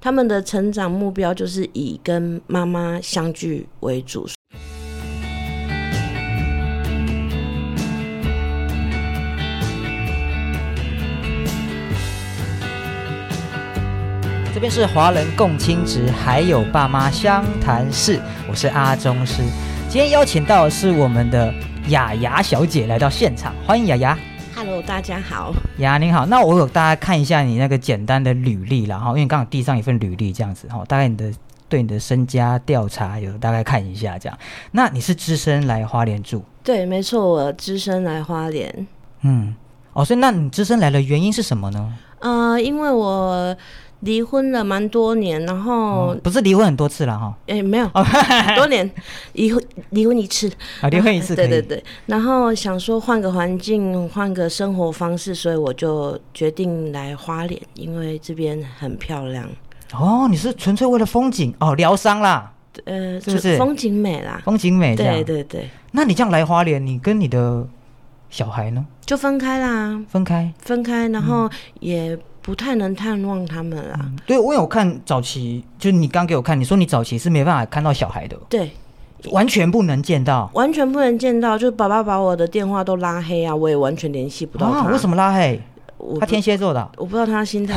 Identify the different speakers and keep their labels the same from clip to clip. Speaker 1: 他们的成长目标就是以跟妈妈相聚为主。
Speaker 2: 这边是华人共亲职，还有爸妈相谈室，我是阿宗师。今天邀请到的是我们的雅雅小姐来到现场，欢迎雅雅。
Speaker 1: Hello，大家好。
Speaker 2: 雅，您好，那我有大家看一下你那个简单的履历啦，哈，因为刚好递上一份履历这样子，哈，大概你的对你的身家调查有大概看一下这样。那你是只身来花莲住，
Speaker 1: 对，没错，我只身来花莲。
Speaker 2: 嗯，哦，所以那你只身来的原因是什么呢？
Speaker 1: 呃，因为我离婚了蛮多年，然后
Speaker 2: 哦不是离婚很多次了哈，
Speaker 1: 诶、没 有多年，离婚离婚一次，
Speaker 2: 哦啊，离婚一次
Speaker 1: 对
Speaker 2: 可以，
Speaker 1: 对对。然后想说换个环境，换个生活方式，所以我就决定来花莲，因为这边很漂亮，
Speaker 2: 哦，你是纯粹为了风景哦，疗伤啦，
Speaker 1: 呃，
Speaker 2: 是不是
Speaker 1: 风景美啦。
Speaker 2: 风景美这样。
Speaker 1: 对对对，
Speaker 2: 那你这样来花莲，你跟你的小孩呢
Speaker 1: 就分开啦，
Speaker 2: 分开？
Speaker 1: 分开，然
Speaker 2: 嗯
Speaker 1: 后也不太能探望他们啦。
Speaker 2: 对，我有看早期，就是你刚给我看，你说你早期是没办法看到小孩的，
Speaker 1: 对，
Speaker 2: 完全不能见到
Speaker 1: 完全不能见到，就爸爸把我的电话都拉黑啊，我也完全联系不到他。
Speaker 2: 啊？为什么拉黑？
Speaker 1: 我不
Speaker 2: 他天蝎座的 啊、
Speaker 1: 我不知道他心态，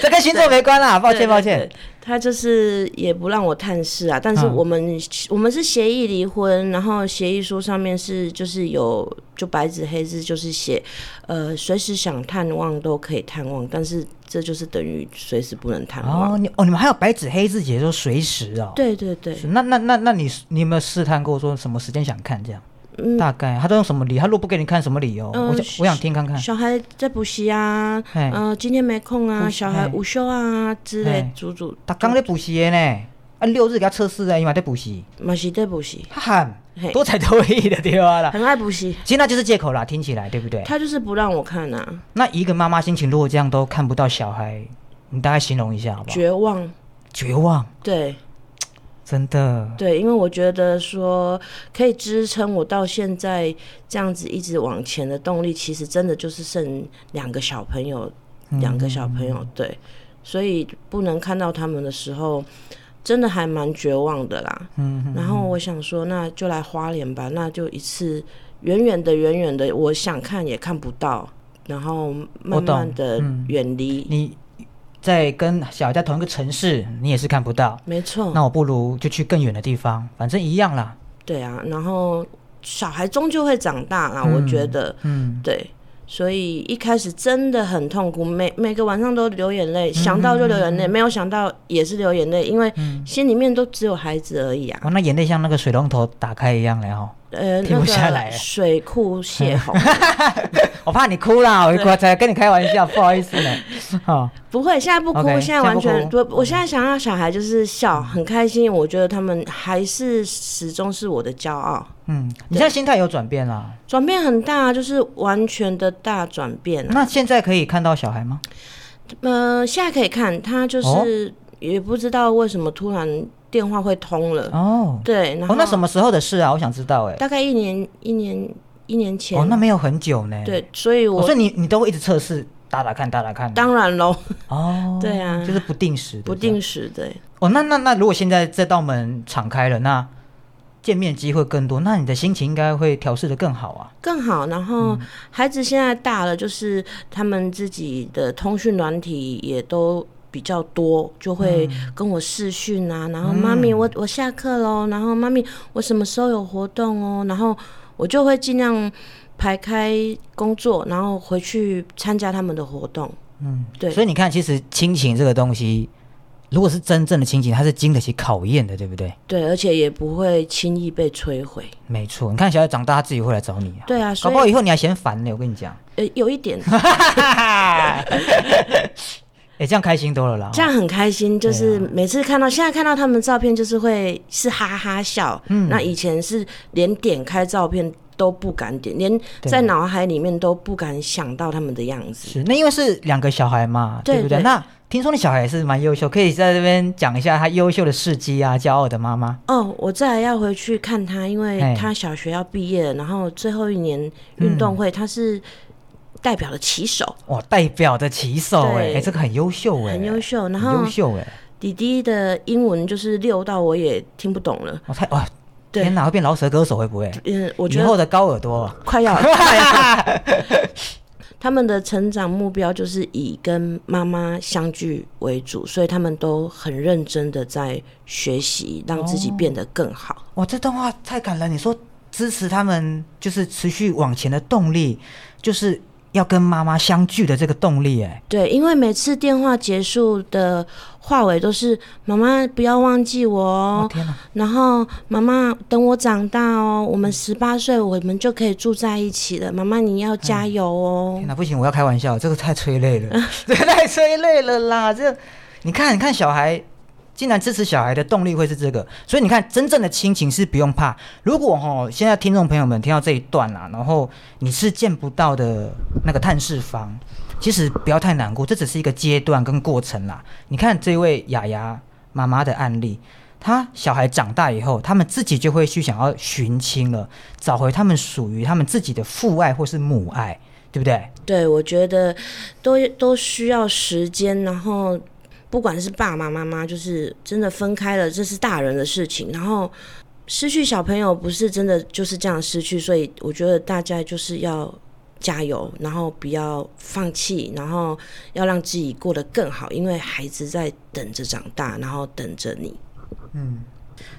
Speaker 2: 这跟星座没关啦， 抱歉抱
Speaker 1: 对
Speaker 2: 歉。
Speaker 1: 对他就是也不让我探视啊。但是
Speaker 2: 嗯
Speaker 1: 我们、我们是协议离婚，然后协议书上面是就是有就白纸黑字就是写，呃，随时想探望都可以探望，但是这就是等于随时不能探望。
Speaker 2: 哦，你哦，你们还有白纸黑字写说随时哦。
Speaker 1: 对对对，
Speaker 2: 是。那那那那你你有没有试探过说什么时间想看这样？
Speaker 1: 嗯
Speaker 2: 大概他都用什么理？他若不给你看什么理由？
Speaker 1: 嗯
Speaker 2: 我想我想听看看。
Speaker 1: 小孩在补习啊，
Speaker 2: 嘿
Speaker 1: 呃，今天没空啊，
Speaker 2: 补习
Speaker 1: 小孩
Speaker 2: 嘿
Speaker 1: 午休啊之类
Speaker 2: 嘿，
Speaker 1: 祖祖
Speaker 2: 他刚在补习的呢，啊，六日给他测试啊，因为在补习，
Speaker 1: 马西在补习，
Speaker 2: 他喊
Speaker 1: 嘿，
Speaker 2: 多才多艺的对吧 啦？
Speaker 1: 很爱补习，
Speaker 2: 其实那就是借口啦，听起来对不啊对？
Speaker 1: 他就是不让我看啊，
Speaker 2: 那一个妈妈心情如果这样都看不到小孩，你大概形容一下好不好？
Speaker 1: 绝望。
Speaker 2: 绝望，
Speaker 1: 对
Speaker 2: 真的，
Speaker 1: 对，因为我觉得说可以支撑我到现在这样子一直往前的动力，其实真的就是剩两个小朋友，
Speaker 2: 嗯
Speaker 1: 两个小朋友，对，所以不能看到他们的时候，真的还蛮绝望的啦。
Speaker 2: 嗯，
Speaker 1: 然后我想说，那就来花莲吧，那就一次远远的、远远的，我想看也看不到，然后慢慢的
Speaker 2: 嗯
Speaker 1: 远离。
Speaker 2: 你在跟小孩在同一个城市，你也是看不到，
Speaker 1: 没错，
Speaker 2: 那我不如就去更远的地方，反正一样啦。
Speaker 1: 对啊。然后小孩终究会长大啦，我觉得
Speaker 2: 嗯，
Speaker 1: 对。所以一开始真的很痛苦，每每个晚上都流眼泪，想到就流眼
Speaker 2: 嗯
Speaker 1: 泪，没有想到也是流眼泪，因为心里面都只有孩子而已啊。
Speaker 2: 哇，那眼泪像那个水龙头打开一样嘞 哈，
Speaker 1: 呃，
Speaker 2: 哦停
Speaker 1: 那
Speaker 2: 不下来啊
Speaker 1: 个水库泄洪，
Speaker 2: 我怕你哭啦，我我才跟你开玩 笑，不好意思哦呢。好，
Speaker 1: 不会，现在不哭
Speaker 2: OK，
Speaker 1: 现在完
Speaker 2: 现在
Speaker 1: 全
Speaker 2: 不嗯
Speaker 1: 不我现在想要小孩就是笑，很开心。我觉得他们还是始终是我的骄傲。
Speaker 2: 嗯，你现在心态有转变啦，
Speaker 1: 转变很大，就是完全的大转变啊。
Speaker 2: 那现在可以看到小孩吗？
Speaker 1: 呃，现在可以看他
Speaker 2: 哦
Speaker 1: 就是也不知道为什么突然电话会通了，
Speaker 2: 哦，
Speaker 1: 对，然后、
Speaker 2: 哦，那什么时候的事啊？我想知道哎、
Speaker 1: 大概一年一年一年前，
Speaker 2: 哦，那没有很久呢。
Speaker 1: 对，所以
Speaker 2: 哦，
Speaker 1: 我、
Speaker 2: 所以你你都会一直测试，打打看，打打看。
Speaker 1: 当然喽，
Speaker 2: 哦，
Speaker 1: 对啊
Speaker 2: 就是不定时的这
Speaker 1: 不
Speaker 2: 样。
Speaker 1: 定时的。
Speaker 2: 哦，那那那如果现在这道门敞开了，那见面机会更多，那你的心情应该会调试的更好啊。
Speaker 1: 更好。然后孩子现在大了，就是他们自己的通讯软体也都。比较多就会
Speaker 2: 嗯
Speaker 1: 跟我视讯啊，然后妈咪我我下课喽，然后妈咪我什么时候有活动哦，然后我就会尽量排开工作，然后回去参加他们的活动。
Speaker 2: 嗯，
Speaker 1: 对
Speaker 2: 所以你看，其实亲情这个东西，如果是真正的亲情，它是经得起考验的，对不对？
Speaker 1: 对，而且也不会轻易被摧毁。
Speaker 2: 没错，你看小孩长大，他自己会来找你啊。
Speaker 1: 对啊，
Speaker 2: 搞
Speaker 1: 所
Speaker 2: 不好
Speaker 1: 以
Speaker 2: 以后你还嫌烦呢，我跟你讲。
Speaker 1: 呃有一点
Speaker 2: 哎、这样开心多了啦。
Speaker 1: 这样很开心，就
Speaker 2: 哦对
Speaker 1: 是
Speaker 2: 啊
Speaker 1: 每次看到、现在看到他们照片，就是会是哈哈笑。
Speaker 2: 嗯
Speaker 1: 那以前是连点开照片都不敢点，连
Speaker 2: 对
Speaker 1: 在脑海里面都不敢想到他们的样子。
Speaker 2: 是，那因为是两个小孩嘛，
Speaker 1: 对
Speaker 2: 不对？
Speaker 1: 对
Speaker 2: 那听说你小孩也是蛮优秀，可以在这边讲一下他优秀的事迹啊，骄傲的妈妈。
Speaker 1: 哦，我再来要回去看他，因为
Speaker 2: 嘿嗯
Speaker 1: 他小学要毕业了，然后最后一年运动会，他是代表的旗手，
Speaker 2: 哇，代表的骑手哎、
Speaker 1: 对
Speaker 2: 哎，这个很优秀哎、
Speaker 1: 很优秀。然
Speaker 2: 很
Speaker 1: 后
Speaker 2: 优秀哎、
Speaker 1: 弟弟的英文就是溜到我也听不懂了，
Speaker 2: 我太哇，
Speaker 1: 对
Speaker 2: 天哪，会变饶舌歌手会不会？
Speaker 1: 嗯，我
Speaker 2: 以
Speaker 1: 觉
Speaker 2: 后
Speaker 1: 得
Speaker 2: 的高耳朵啊，
Speaker 1: 快 要快要。他们的成长目标就是以跟妈妈相聚为主，所以他们都很认真的在学习，让自己变得更好。
Speaker 2: 哇，这段话太感人。你说支持他们就是持续往前的动力，就是要跟妈妈相聚的这个动力哎、
Speaker 1: 对，因为每次电话结束的话尾都是“妈妈，不要忘记我
Speaker 2: 哦
Speaker 1: 哦”，
Speaker 2: 天哪，
Speaker 1: 然后妈妈等我长大哦，我们十八岁我们就可以住在一起了，妈妈你要加油哦
Speaker 2: 天。哪，不行，我要开玩笑，这个太催泪了，这个太催泪了啦！这你看，你看小孩。竟然支持小孩的动力会是这个，所以你看，真正的亲情是不用怕。如果哈，现在听众朋友们听到这一段啦、然后你是见不到的那个探视方，其实不要太难过，这只是一个阶段跟过程啦。你看这位雅雅妈妈的案例，她小孩长大以后，他们自己就会去想要寻亲了，找回他们属于他们自己的父爱或是母爱，对不对？
Speaker 1: 对，我觉得都都需要时间，然后不管是爸爸妈妈，就是真的分开了，这是大人的事情，然后。失去小朋友不是真的就是这样失去，所以我觉得大家就是要加油，然后不要放弃，然后要让自己过得更好，因为孩子在等着长大，然后等着你。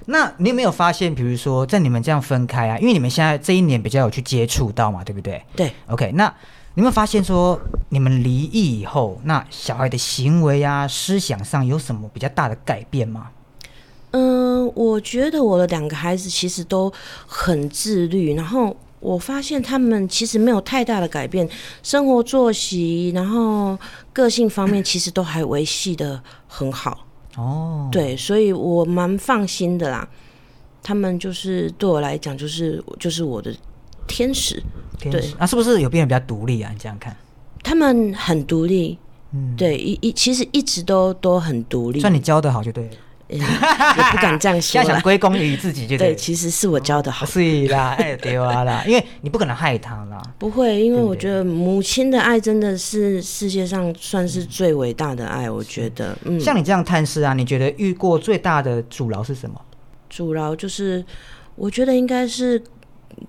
Speaker 2: 那你有没有发现，比如说在你们这样分开啊，因为你们现在这一年比较有去接触到嘛，对不对
Speaker 1: 对，
Speaker 2: ？OK，那你有没有发现说，你们离异以后，那小孩的行为啊、思想上有什么比较大的改变吗？
Speaker 1: 嗯，我觉得我的两个孩子其实都很自律，然后我发现他们其实没有太大的改变，生活作息，然后个性方面其实都还维系的很好，
Speaker 2: 哦，
Speaker 1: 对，所以我蛮放心的啦。他们就是对我来讲，就是就是我的天使，
Speaker 2: 天
Speaker 1: 对
Speaker 2: 使，啊那、是不是有变得比较独立啊？你这样看，
Speaker 1: 他们很独立，
Speaker 2: 嗯，
Speaker 1: 对，一一其实一直都都很独立，
Speaker 2: 算你教的好就对了，
Speaker 1: 嗯也不敢 这样说
Speaker 2: 现在想
Speaker 1: 啦。
Speaker 2: 归功于自己就
Speaker 1: 对，
Speaker 2: 了。
Speaker 1: 其实是我教的好
Speaker 2: 不。是啦，哎，对啊啦，因为你不可能害他啦。
Speaker 1: 不会，因为
Speaker 2: 对不
Speaker 1: 我
Speaker 2: 对
Speaker 1: 觉得母亲的爱真的是世界上算是最伟大的爱。我觉得，嗯，
Speaker 2: 像你这样探视啊，你觉得遇过最大的阻挠是什么？
Speaker 1: 阻挠就是，我觉得应该是，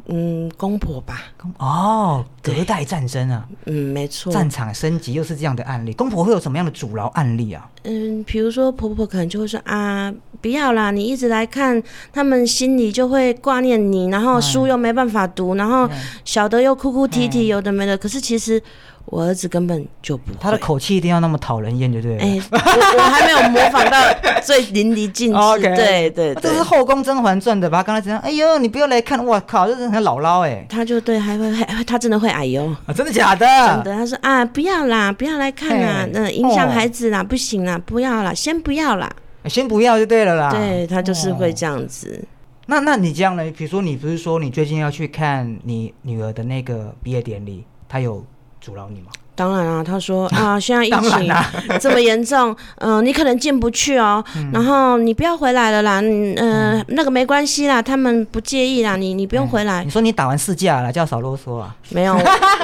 Speaker 1: 嗯，公婆吧，
Speaker 2: 哦，隔代战争啊，
Speaker 1: 嗯，没错，
Speaker 2: 战场升级又是这样的案例，公婆会有什么样的阻挠案例啊？
Speaker 1: 嗯，比如说婆婆可能就会说啊，不要啦，你一直来看，他们心里就会挂念你，然
Speaker 2: 哎
Speaker 1: 后书又没办法读，然后小的又哭哭啼
Speaker 2: 哎
Speaker 1: 啼，有的没的。可是其实我儿子根本就不会，
Speaker 2: 他的口气一定要那么讨人厌，对不对了？
Speaker 1: 哎、我 我还没有模仿到最淋漓尽致，
Speaker 2: OK
Speaker 1: 对对
Speaker 2: 啊这
Speaker 1: 对
Speaker 2: 是。后宫《甄嬛传》的吧？刚才怎样？哎呦，你不要来看，我靠，这是很姥姥哎、
Speaker 1: 他就对，还会，还他真的会哎呦，
Speaker 2: 啊，真的假的？
Speaker 1: 真的，他说啊，不要啦，不要来看啦
Speaker 2: 嘿，
Speaker 1: 那影响
Speaker 2: 哦
Speaker 1: 孩子啦，不行啦，不要啦，先不要啦。
Speaker 2: 先不要就对了啦。
Speaker 1: 对他就是会
Speaker 2: 啊哦
Speaker 1: 这样子，
Speaker 2: 那那你这样呢？比如说，你不是说你最近要去看你女儿的那个毕业典礼，她有阻挠你吗？
Speaker 1: 当然啊，他说 啊，现在疫
Speaker 2: 当然
Speaker 1: 情
Speaker 2: 啦嗯
Speaker 1: 这么严重，嗯、你可能进不去哦，然后你不要回来了啦，嗯、呃那个没关系啦，他们不介意啦，你你不用回来
Speaker 2: 你，说你打完试驾了，叫少啰嗦啊？
Speaker 1: 没有，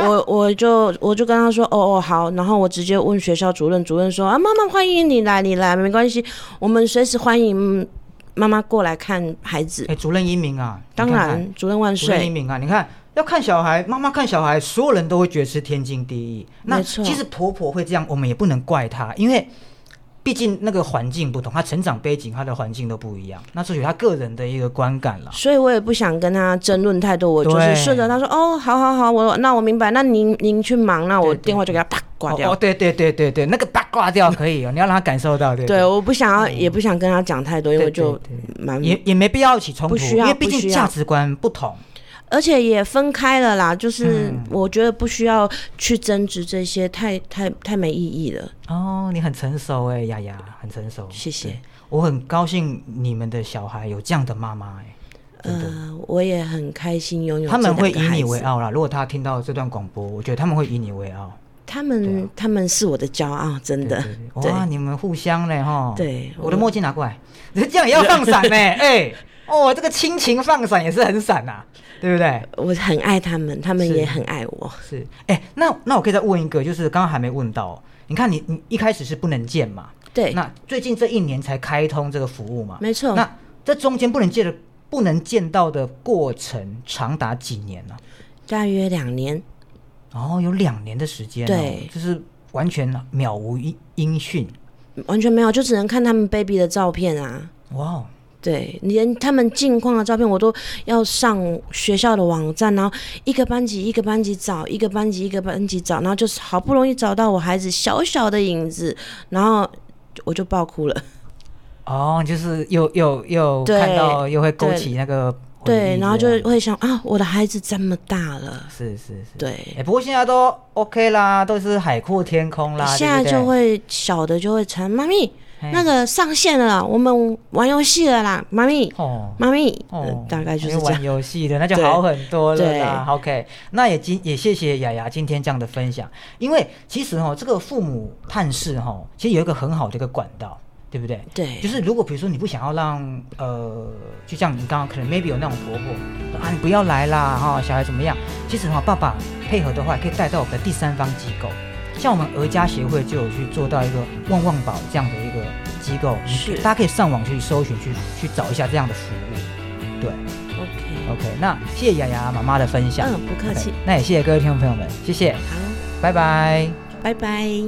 Speaker 1: 我我就我就跟他说，哦哦好，然后我直接问学校主任，主任说啊，妈妈欢迎你来，你来没关系，我们随时欢迎嗯妈妈过来看孩子
Speaker 2: 哎、。主任英明啊，你
Speaker 1: 当
Speaker 2: 看看
Speaker 1: 然，主任万
Speaker 2: 主任英
Speaker 1: 岁，
Speaker 2: 明啊，你看要看小孩，妈妈看小孩，所有人都会觉得是天经地义。那
Speaker 1: 没错
Speaker 2: 其实婆婆会这样，我们也不能怪她，因为毕竟那个环境不同，她成长背景、她的环境都不一样，那是有她个人的一个观感了。
Speaker 1: 所以我也不想跟他争论太多，我就是
Speaker 2: 对
Speaker 1: 顺着他说，哦，好好好，我那我明白，那您您去忙，那我
Speaker 2: 对对
Speaker 1: 电话就给他啪挂掉。
Speaker 2: 哦，哦 对对对对对，那个八卦掉可以哦，你要让她感受到，对不嗯
Speaker 1: 对，我不想要，也不想跟他讲太多，因为就
Speaker 2: 对对
Speaker 1: 蛮，
Speaker 2: 也也没必要起冲突，
Speaker 1: 不需要
Speaker 2: 因为毕
Speaker 1: 不需
Speaker 2: 竟
Speaker 1: 要
Speaker 2: 价值观不同。
Speaker 1: 而且也分开了啦，就是
Speaker 2: 嗯
Speaker 1: 我觉得不需要去争执这些，太太太没意义了。
Speaker 2: 哦，你很成熟哎，雅雅很成熟，
Speaker 1: 谢谢
Speaker 2: 对。我很高兴你们的小孩有这样的妈妈哎。真的
Speaker 1: 呃，我也很开心拥有
Speaker 2: 他们
Speaker 1: 这两
Speaker 2: 会
Speaker 1: 个
Speaker 2: 以
Speaker 1: 孩
Speaker 2: 你
Speaker 1: 子
Speaker 2: 为，傲啦。如果他听到这段广播，我觉得他们会以你为傲。
Speaker 1: 他
Speaker 2: 对
Speaker 1: 们、
Speaker 2: 啊
Speaker 1: 他们是我的骄傲，真的。
Speaker 2: 对对对哇，你们互相嘞哈。
Speaker 1: 对
Speaker 2: 我的墨镜拿过来，这样也要放闪呢，哎。哦，这个亲情放闪也是很闪呐、对不对？
Speaker 1: 我很爱他们，他们
Speaker 2: 是
Speaker 1: 也很爱我。
Speaker 2: 是，哎、那那我可以再问一个，就是刚刚还没问到哦，你看你你一开始是不能见嘛，
Speaker 1: 对，
Speaker 2: 那最近这一年才开通这个服务嘛，
Speaker 1: 没错。
Speaker 2: 那这中间不能见的不能见到的过程长达几年呢、
Speaker 1: 大约两年，
Speaker 2: 哦，有两年的时间、哦，
Speaker 1: 对
Speaker 2: 就是完全渺无音音讯，
Speaker 1: 完全没有，就只能看他们 baby 的照片啊。
Speaker 2: 哇哦，
Speaker 1: 对，连他们近况的照片我都要上学校的网站，然后一个班级一个班级找，一个班级一个班级找，然后就是好不容易找到我孩子小小的影子，然后我就爆哭 了。
Speaker 2: 哦，就是又又又
Speaker 1: 对
Speaker 2: 看到又会勾起那个回忆
Speaker 1: 对，然后就
Speaker 2: 这样
Speaker 1: 会想啊，我的孩子这么大了，
Speaker 2: 是是是，哎、
Speaker 1: 对，
Speaker 2: 不过现在都 OK 啦，都是海阔天空啦，
Speaker 1: 现在
Speaker 2: 对不对
Speaker 1: 就会小的就会缠妈咪，
Speaker 2: 嘿
Speaker 1: 那个上线了啦，我们玩游戏了啦，妈咪，
Speaker 2: 哦。
Speaker 1: 妈咪，
Speaker 2: 哦
Speaker 1: 呃，大概就是
Speaker 2: 因为
Speaker 1: 这样
Speaker 2: 玩。游戏的，那就好很多了啦。
Speaker 1: 对
Speaker 2: OK，那也今也谢谢雅雅今天这样的分享，因为其实哦，这个父母探视哈、哦，其实有一个很好的一个管道，对不对？
Speaker 1: 对
Speaker 2: 就是如果比如说你不想要让呃，就像你刚刚可能 maybe 有那种婆婆说啊，你不要来啦哈、小孩怎么样？其实哈、爸爸配合的话，也可以带到我们的第三方机构。像我们儿家协会就有去做到一个旺旺宝这样的一个机构，你
Speaker 1: 是
Speaker 2: 大家可以上网去搜寻去去找一下这样的服务，对。
Speaker 1: OK，
Speaker 2: OK，那谢谢雅雅妈妈的分享。
Speaker 1: 嗯，不客气
Speaker 2: OK，，那也谢谢各位听众朋友们，谢谢，
Speaker 1: 好，
Speaker 2: 拜拜。
Speaker 1: 拜拜。